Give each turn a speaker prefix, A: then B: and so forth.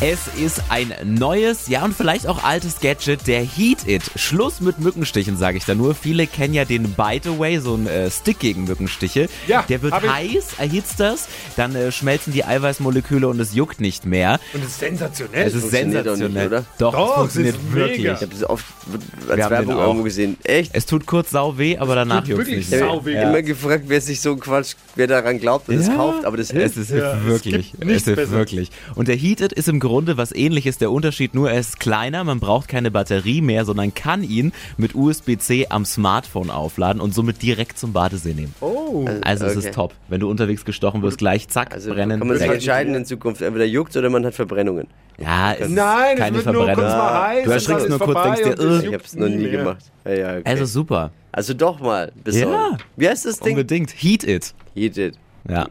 A: Es ist ein neues, ja und vielleicht auch altes Gadget, der Heat It. Schluss mit Mückenstichen, sage ich da nur. Viele kennen ja den Bite Away, so ein äh, Stick gegen Mückenstiche.
B: Ja,
A: der wird
B: hab ich.
A: heiß, erhitzt das, dann äh, schmelzen die Eiweißmoleküle und es juckt nicht mehr.
B: Und das ist sensationell.
A: Es ist
C: funktioniert doch nicht,
A: sensationell.
C: oder?
A: Doch,
B: Doch,
A: es
B: es
A: funktioniert
B: ist mega.
A: wirklich.
C: Ich habe das oft
A: Wir
C: als
A: haben den
C: Werbung
A: auch.
C: irgendwo gesehen. Echt?
A: Es tut kurz sau weh, aber danach juckt
B: wirklich
A: nicht
B: sau
A: mehr.
B: Sau weh.
C: Ich hab immer gefragt, wer sich so ein Quatsch, wer daran glaubt und es
A: Ja.
C: kauft, aber das hilft.
A: Es ist
B: Ja, es
A: wirklich,
B: gibt
A: es,
B: nichts
A: hilft
B: Besseres.
A: wirklich. Und der Heated ist im Grunde was ähnliches. Der Unterschied nur, er ist kleiner, man braucht keine Batterie mehr, sondern kann ihn mit USB-C am Smartphone aufladen und somit direkt zum Badesee nehmen.
B: Oh.
A: Also es
C: Okay.
A: ist top. Wenn du unterwegs gestochen wirst, gleich zack,
C: also
A: brennen.
C: kann man sich
A: weg.
C: entscheiden in Zukunft. Entweder juckt oder man hat Verbrennungen.
A: ja, es
B: Nein,
A: ist
B: es
A: keine
B: wird nur kurz
A: Verbrennung.
B: mal heiß
A: du
B: und
A: erschrickst
B: dann
A: nur
B: ist
A: kurz,
B: vorbei
A: denkst
B: und es
A: dir,
C: Ich
A: äh,
B: juckt.
C: habe es noch
B: nie
C: nie
B: mehr.
C: gemacht. Ja, ja, okay.
A: also super.
C: also doch mal. Bis
A: Ja.
C: heute. Wie heißt das Ding?
A: Unbedingt. Heat it.
C: Heated.
A: Ja.